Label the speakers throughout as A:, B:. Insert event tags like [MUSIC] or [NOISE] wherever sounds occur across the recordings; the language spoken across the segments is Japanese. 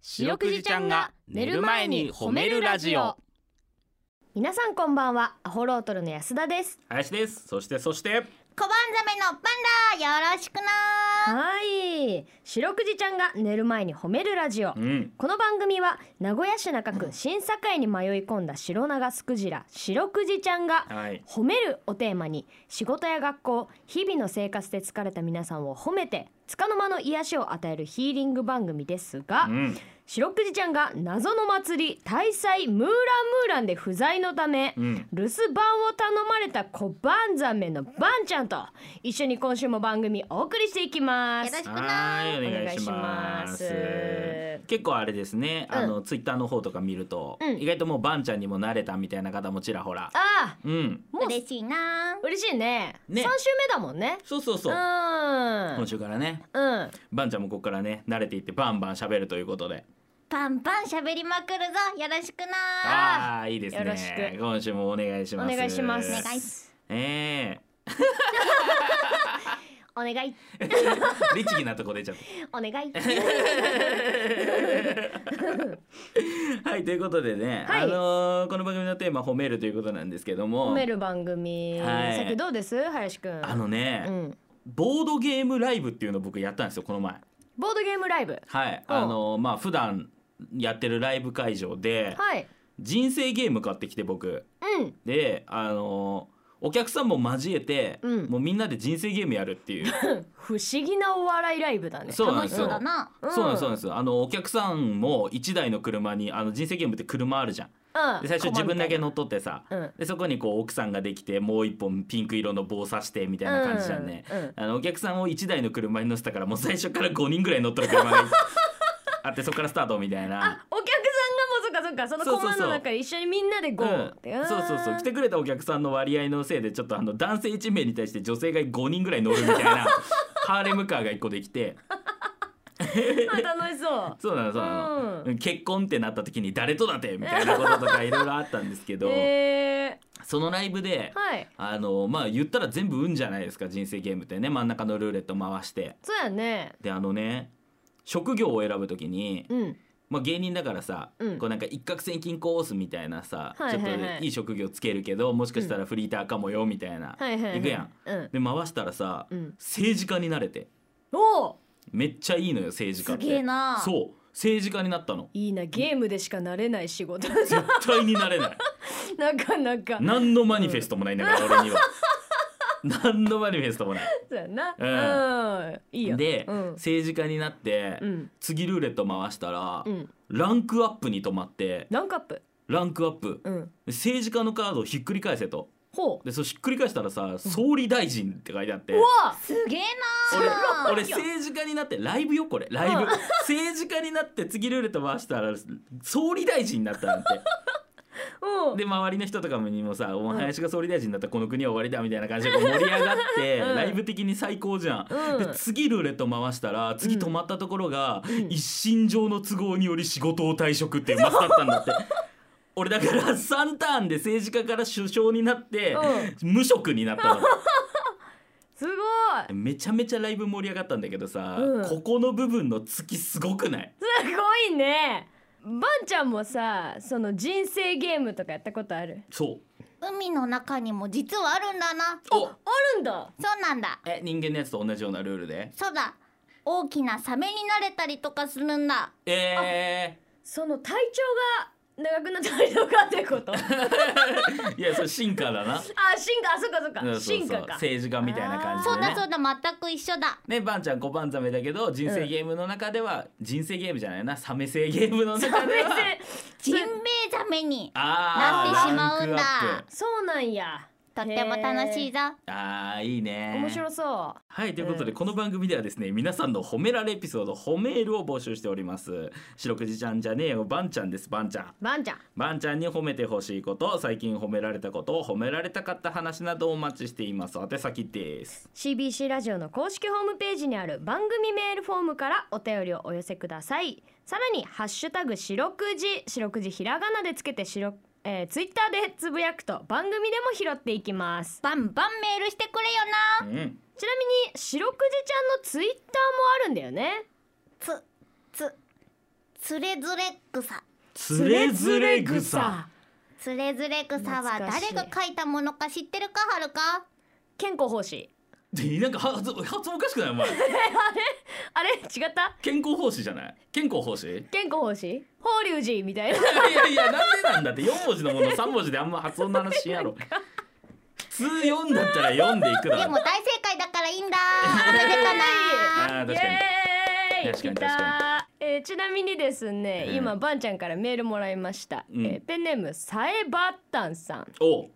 A: 白くじちゃんが寝る前に褒めるラジオ
B: 皆さんこんばんはアホロートルの安田です
A: 林ですそしてそして
C: 小判ザメのパンダよろしくな
B: はい白くじちゃんが寝る前に褒めるラジオ
A: うん
B: この番組は名古屋市中区新栄に迷い込んだ白長スクジラ白くじちゃんが
A: はい
B: 褒めるをテーマに仕事や学校日々の生活で疲れた皆さんを褒めて束の間の癒しを与えるヒーリング番組ですが、
A: うん
B: 白くじちゃんが謎の祭り大祭ムーランムーランで不在のため、
A: うん
B: 留守番を頼まれた小判ザメのバンちゃんと一緒に今週も番組お送りしていきます
C: よろしく
A: はいお
B: お
A: 願
B: 願
A: い
B: い
A: し
B: し
A: ま
B: ますす
A: 結構あれですね、
B: うん
A: あのツイッターの方とか見ると、
B: うん
A: 意外ともうバンちゃんにも慣れたみたいな方もちらほら
B: ああ
A: うん
B: もう
C: 嬉しいな
B: 嬉しいね
A: ね
B: 三週目だもんね
A: そうそうそうう、
B: ん
A: 今週からね
B: うん
A: バンちゃんもここからね慣れていってバンバン喋るということで
C: パンパン喋りまくるぞよろしくな
A: ああーいいです
B: よろし
A: ね
B: く
A: 今週もお願いし
B: お
A: ます
B: 願いしま
C: お
B: す
C: 願いす
A: え
B: お願い
A: ー、律儀なとこ出ちゃっ
B: お願い [LAUGHS]
A: たはいということでね、
B: はい
A: あのーこの番組のテーマ褒めるということなんですけども
B: 褒める番組
A: はい
B: さっきどうです林くん
A: あのね、
B: うん
A: ボードゲームライブっていうのを僕やったんですよこの前
B: ボードゲームライブ
A: はい
B: うん
A: あのまあ普段やってるライブ会場で
B: はい
A: 人生ゲーム買ってきて僕
B: うん [LAUGHS]
A: であのお客さんも交えて、
B: うん
A: もうみんなで人生ゲームやるっていう
B: [LAUGHS] 不思議なお笑いライブだね
A: そうなん
C: 楽
A: です
C: しそ
A: よ
C: うだな
A: そうなんですそうなんですあのお客さんも1台の車にあの人生ゲームって車あるじゃん
B: うん
A: で最初自分だけ乗っ取ってさ、
B: うん
A: でそこにこう奥さんができてもう一本ピンク色の棒刺してみたいな感じじゃんね、
B: うんうん
A: あのお客さんを1台の車に乗せたからもう最初から5人ぐらい [LAUGHS] 乗っとる車があってそこからスタートみたいな。
B: あお客さんがもうそっかそっかそ
A: そう
B: の
A: そ
B: コ
A: うそう
B: マンドの中で一緒にみんなで
A: う
B: ゴー
A: ん
B: って、ん、
A: そうそうそう来てくれたお客さんの割合のせいでちょっとあの男性1名に対して女性が5人ぐらい乗るみたい
B: [LAUGHS]
A: なハーレムカーが1個できて
B: [LAUGHS] あ楽しそう
A: そうなのそうなの、
B: う
A: 結婚ってなった時に誰とだってみたいなこととかいろいろあったんですけど、
B: [LAUGHS] え
A: そのライブで
B: ー、はい
A: あのまあ言ったら全部運じゃないですか人生ゲームってね真ん中のルーレット回して
B: そうやね
A: であのね職業を選ぶ時に、
B: うん
A: まあ、芸人だからさ、
B: うん
A: こうなんか一攫千金コースみたいなさ、
B: はいはいはい
A: ちょっといい職業つけるけどもしかしたらフリーターかもよみたいな、
B: はいはい、はい、
A: くやん。
B: うん
A: で回したらさ、
B: うん
A: 政治家になれて
B: おお
A: めっちゃいいのよ政治家って
C: すげえな
A: そう政治家になったの
B: いいなゲームでしかなれない仕事 [LAUGHS]
A: 絶対になれない
B: なかなか
A: 何のマニフェストもないんだから、俺に
B: [LAUGHS]
A: は何のマニフェストもない
B: そうやなうんいいよ
A: で、
B: うん
A: 政治家になって、
B: うん
A: 次ルーレット回したら、
B: うん
A: ランクアップに止まって
B: ランクアップ
A: ランクアップ、
B: うん
A: 政治家のカードをひっくり返せと
B: ほう
A: でそうひっくり返したらさ総理大臣って書いてあって、
B: うわ
C: すげえ
A: 俺
C: な
A: 俺政治家になってライブよこれライブ、
B: うん
A: 政治家になって次ルーレット回したら総理大臣になったなんて
B: うん
A: で周りの人とかにもさ「お前林が総理大臣になったらこの国は終わりだ」みたいな感じでこう盛り上がって、 [LAUGHS]
B: うん
A: ライブ的に最高じゃん。
B: うん
A: で次ルーレット回したら次止まったところが、一身上の都合により仕事を退職っていうマスだったんだって。 [LAUGHS] 俺だから3ターンで政治家から首相になって、無職になったの。 [LAUGHS]
B: すごい
A: めちゃめちゃライブ盛り上がったんだけどさ、
B: うん
A: ここの部分の月すごくない
B: すごいねばんちゃんもさその人生ゲームとかやったことある
A: そう
C: 海の中にも実はあるんだな
A: お
B: あるんだ
C: そうなんだ
A: え人間のやつと同じようなルールで
C: そうだ大きなサメになれたりとかするんだ
A: え
B: その体調が長くなったりとかってこ
A: [LAUGHS]
B: とあ
A: ー、い [LAUGHS] やそれ進化だな
B: 進化あそっかそっか
A: うんそうそう
B: 進化か
A: 政治家みたいな感じ
C: そう
A: でね
C: だそうだ全く一緒だ
A: ねバンちゃん小番ザメだけど人生ゲームの中では、人生ゲームじゃないなサメ性ゲームの中では
C: ジンベエザメに
A: あー
C: なってしまうんだ
A: ランクアップ
B: [LAUGHS] そうなんや
C: とっても楽しい
B: へ
C: ぞ
A: あーいいね
B: ー面白そ
A: はいということで、
B: うん
A: この番組ではですね皆さんの褒められエピソード褒めールを募集しております白くじちゃんじゃねえよバンちゃんですバンちゃん
B: うばんちゃん
A: バンちゃんに褒めてほしいこと最近褒められたこと褒められたかった話などお待ちしています宛先です
B: CBC ラジオの公式ホームページにある番組メールフォームからお便りをお寄せくださいさらにハッシュタグ白くじ白くじひらがなでつけて白えー、ツイッターでつぶやくと番組でも拾っていきます
C: バンバンメールしてくれよ
A: う
C: なん
B: ちなみに白くじちゃんのツイッターもあるんだよね
C: つつつれづれ草
A: つれづれ草
C: つれづれ草は
B: 懐かし
C: 誰
B: い
C: が書いたものか知ってるかはるか
B: 健康奉仕
A: でなんか発発音おかしくないお前
B: [LAUGHS] あれ違った
A: 健康奉仕じゃない健康奉
B: [LAUGHS]
A: 仕い
B: 健康奉仕法隆寺みたいな
A: やいやなんでなんだって4文字のもの3文字であんま発音の話しん
B: [LAUGHS]
A: やろ普通読んだったら読んでいく
C: で
A: だ
C: も
A: ろ
C: 大正解だからいいんだおめでと
A: あー
C: な
A: 確か
B: イ
A: に
B: エーイ
A: 確かに確
B: 来たえーちなみにですね、
A: うん
B: 今バンちゃんからメールもらいました、
A: うん
B: えーペンネームサエバッタンさん
A: おう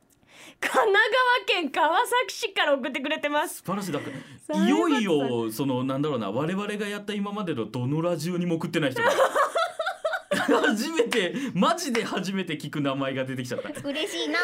B: 神奈川県川崎市から送ってくれてます
A: 素晴らしいだから
B: さあ
A: いよいよそのなんだろうな我々がやった今までのどのラジオにも送ってない
B: [LAUGHS]
A: 人が初めてマジで初めて聞く名前が出てきちゃった
C: 嬉しいな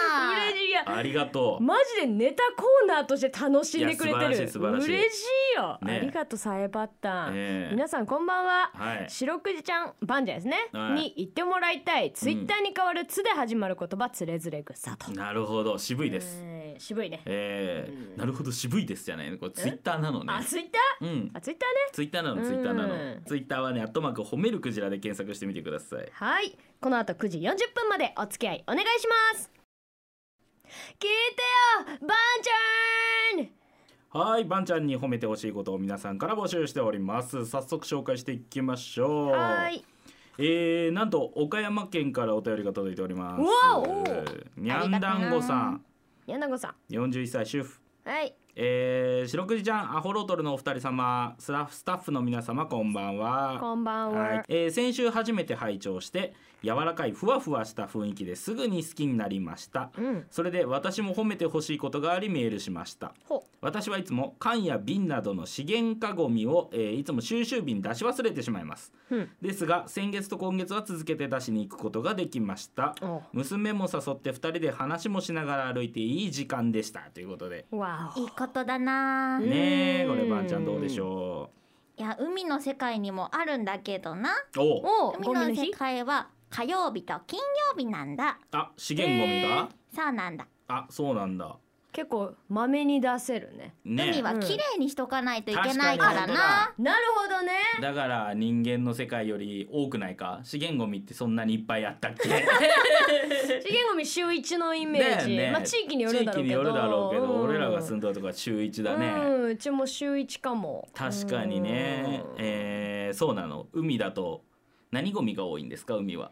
B: 嬉しいいや
A: ありが
B: [LAUGHS]
A: とう
B: マジでネタコーナーとして楽しんでくれてる
A: いや素晴らしい素晴らしい
B: 嬉しいよ、
A: ね
B: ありがとうサエバッタン、
A: ねえ
B: 皆さんこんばんは、
A: はい
B: 白くじちゃんバンジャですね、
A: はい
B: に言ってもらいたいツイッターに代わる「つ」で始まる言葉「つれづれ草」と、
A: なるほど渋いです
B: えー渋いね
A: えーなるほど渋いですじゃないのこれツイッターなのね
B: あツイッター
A: うん
B: あツイッターね
A: ツイッターなのツイッターな
B: う
A: の
B: ん
A: ツイッターはねアットマーク褒めるクジラで検索してみてください
B: はいこの後9時40分までお付き合いお願いします聞いてよバンちゃん
A: はいバンちゃんに褒めてほしいことを皆さんから募集しております早速紹介していきましょう
B: はーい
A: えー、なんと岡山県からお便りが届いております
B: うわお
A: にゃんだんごさん
B: やなごさん
A: 41歳主婦
B: はい
A: えー、白くじちゃんアホロトルのお二人様スタッフスタッフの皆様こんばんは
B: こんばんは、
A: はいえー先週初めて拝聴して柔らかいふわふわした雰囲気ですぐに好きになりました、
B: うん
A: それで私も褒めてほしいことがありメールしました
B: ほ
A: 私はいつも缶や瓶などの資源化ごみを、えーいつも収集瓶出し忘れてしまいます
B: ううん
A: ですが先月と今月は続けて出しに行くことができました
B: お
A: 娘も誘って2人で話もしながら歩いていい時間でしたということで
B: わ
C: いいことだな
A: ねえ
B: う
A: こ
B: ん
A: ればんちゃんどうでしょ
C: いや海の世界にもあるんだけどな
A: うおう
B: おお
C: 海
B: ゴミの
C: の世
B: 日
C: 界は火曜日と金曜日なんだ
A: あ資源ごみが、
B: へー
C: そうなんだ、
A: あそうなんだ
B: 結構まめに出せるね
A: ね
C: 海は
B: うん
C: 綺麗にしとかないといけないから
A: 確か
C: な、
B: なる
A: [LAUGHS]
B: ほどね
A: だから人間の世界より多くないか資源ゴミってそんなにいっぱいあったっけ
B: 資源ゴミ週一のイメージ、
A: だよね
B: まあ地域によるだろうけど
A: 地域によるだろうけど、
B: うん
A: 俺らが住んだとこは週一だね、
B: うんうちも週一かも
A: 確かにね
B: うん
A: えー、そうなの海だと何ゴミが多いんですか海は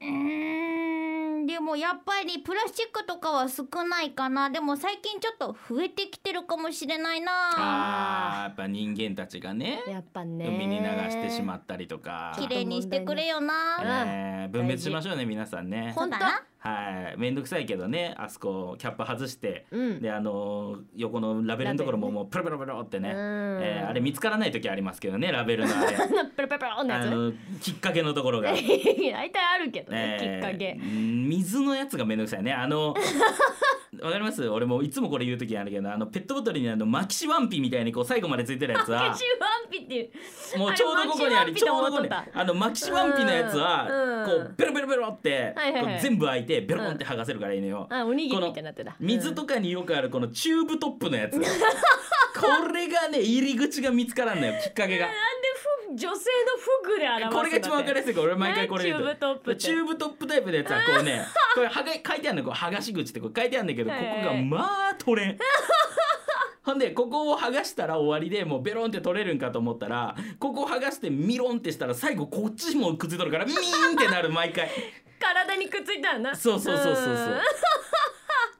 C: うーんでもやっぱりプラスチックとかは少ないかなでも最近ちょっと増えてきてるかもしれないな
A: あーやっぱ人間たちがね
B: やっぱね
A: 海に流してしまったりとか、
C: 綺麗にしてくれよ
B: た
C: な
B: ね
A: えー分別しましょうね皆さんね
C: ほん
B: 本
C: と
B: 当
A: はいめんどくさいけどねあそこキャップ外して、
B: うん
A: であのー横のラベルのところも
B: ラベルね
A: もうプロプロプロってね、
B: うん
A: えーあれ見つからない時ありますけどねラベルの
B: [LAUGHS]
A: あれ
B: ペロペロペロの
A: あ
B: や
A: のきっかけのところ
B: [LAUGHS]
A: が。
B: ついや大体あるけどね、
A: え
B: きっ
A: ー
B: かけ
A: 水のやつがめんどくさいねあ
B: [LAUGHS]
A: のわかります俺もいつもこれ言う時あるけどあのペットボトルにあのマキシワンピみたいにこう最後までついてるやつ
B: ケチワ
A: は
B: ンピっていう
A: もうちょうどここにあり
B: あれマキ
A: ち
B: シ
A: ょ
B: ワ
A: うどここに
B: ンピと思っとった
A: あのマキシワンピのやつは
B: うん
A: こうベロベロベロって
B: はいはい
A: こ
B: はいう
A: 全部開いてベロンって剥がせるからいいのよ
B: [LAUGHS] あおにぎりみたいになってた
A: 水とかによくあるこのチューブトップの
B: [LAUGHS]
A: やつこれがね入り口が見つからんのよきっかけが。
B: なんでふ女性の服で表すんだって
A: これが一番わかりやすいから俺毎回これ言うと
B: ねチューブトッ
A: チューブト
B: プって
A: ップタイプのやつはこうねこれはが書いてあるのこう剥がし口ってこう書いてあるんだけどこ
B: はい
A: こがまあ取れんほんでここを剥がしたら終わりでもうベロンって取れるんかと思ったらここ剥がしてミロンってしたら最後こっちもくっついとるからミーンってなる毎回
B: 体にくっついたらな
A: そうそうそうそうそうん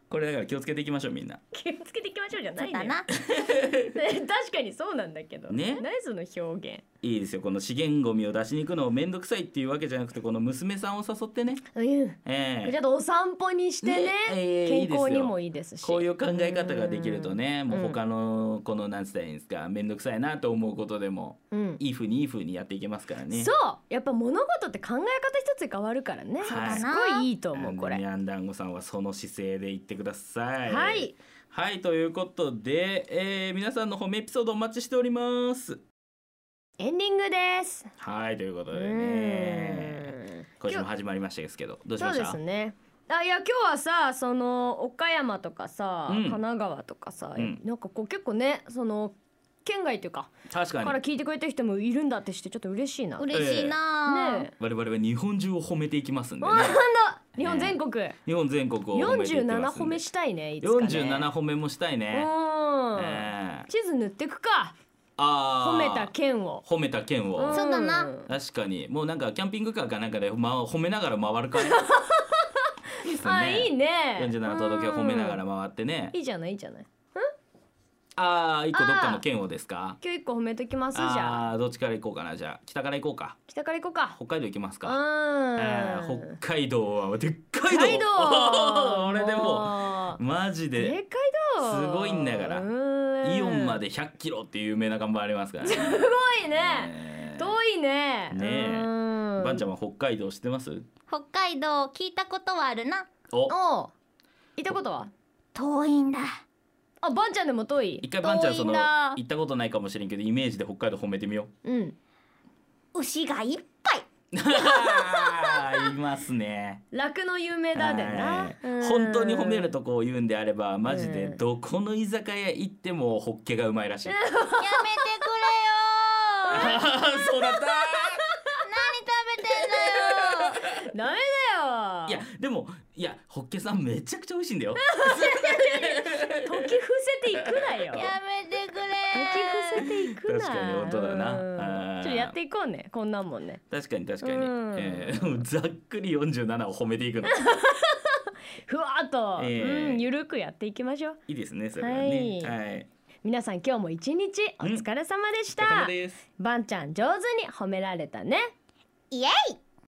A: これだから気をつけていきましょうみんな
B: 気をつけていきましょうじゃな
C: そう
B: い
C: だ
B: ね
C: な
B: [LAUGHS] 確かにそうなんだけど
A: ね
B: 何その表現
A: いいですよこの資源ゴミを出しに行くのを面倒くさいっていうわけじゃなくてこの娘さんを誘ってね
B: うん
A: ええ
B: ちょっとお散歩にしてね
A: ねえーいいで
B: 健
A: すよ
B: 康にもいいですし
A: こういう考え方ができるとねもううん他のこのなんつったらいいんですか面倒くさいなと思うことでも
B: うん
A: いい風にいい風にやっていけますからね。
B: そうやっぱ物事って考え方一つで変わるからね、
A: はい
B: すごいいいと思うこ
A: あのニ
B: れ
A: ャンダンゴさんはその姿勢で言ってください。
B: はい、
A: はいということで、えー皆さんの褒めエピソードお待ちしております。
B: エンディングです
A: はいということで
B: う
A: ね
B: ん
A: 今週も始まりましたですけどどうし
B: そ
A: ま
B: う
A: し
B: で
A: た
B: すねあいや今日はさその岡山とかさ、
A: うん
B: 神奈川とかさ、
A: うん
B: なんかこう結構ねその県外というか
A: 確か
B: から
A: に
B: 聞いてくれてる人もいるんだってしてちょっと嬉しいな。
C: [LAUGHS]
B: ね
C: 嬉しいな、
B: え。
A: 我々は日本中を褒めていきますんでね
B: あなんだ日本全国
A: 日本全国を褒めていき
B: 47
A: ます
B: 褒
A: んで
B: めしたいねいつかね。
A: 47褒めもしたいね、
B: うん。
A: ええ
B: 地図塗ってくか
A: あ
B: 褒め
A: ー
B: た県を。
A: 褒めた県を、
B: ん
C: そうだな
A: 確かにもうなんかキャンピングカーかなんかで、まあ、褒めながら回るかね
B: [LAUGHS] あいいね。
A: 47都道府県褒めながら回ってね
B: いいじゃないいいじゃない。
A: ああ一個どっかの県をですか
B: 今日一個褒めときますじゃあ。
A: あーどっちから行こうかなじゃあ北から行こうか
B: 北から行こうか。
A: 北海道行きます
B: う
A: か、え
B: ん。
A: ー北海道はでっかい
B: 北
A: 道
B: 海道
A: [LAUGHS] 俺でも
B: もう
A: マジ
B: で
A: で
B: っかい道
A: すごいんだから
B: うん
A: イオンまで100キロっていう有名な看板ありますからね
B: すごいね
A: えー
B: 遠いね
A: ねえ
B: うん
A: ばんちゃんは北海道知ってます
C: 北海道聞いたことはあるな
A: お
B: おう行ったことは
C: 遠いんだ
B: あばんちゃんでも遠い
A: 一回ばんちゃんその
B: 遠いな
A: 行ったことないかもしれんけどイメージで北海道褒めてみよう
B: うん
C: 牛がいっぱい
A: あ
B: [LAUGHS]
A: ーいますね。
B: 楽の有名だで
A: は
B: ないうん
A: 本当に褒めるとこを言うんであればマジで
B: うん
A: どこの居酒屋行ってもホッケがうまいら
B: [LAUGHS]
A: しい。
C: やめてく [LAUGHS] れ
A: あー
C: よー
A: そうだっ
C: 何食べてんだよ
B: ダメだよ
A: た [LAUGHS] いやでもいやホッケさんめちゃくちゃ美味しいんだ
B: [LAUGHS]
A: よ。
B: 解き伏せていくな
A: [LAUGHS]
B: よ
C: [LAUGHS] やめてくれ
B: 解き伏
C: [LAUGHS]
B: せていくな
A: 確かに本当だな
B: うん
A: うん
B: ちょっとやっていこうねこんなんもんね
A: 確かに確かに。
B: うん
A: えーざっくり47を褒めていくの
B: ふわっと
A: ええ
B: うんゆるくやっていきましょう
A: いいですねそれはね。
B: は
A: はい。
B: 皆さん今日も一日お疲れ様でし
A: お疲れ様
B: た
A: です。
B: ばんちゃん上手に褒められたね
C: イエイ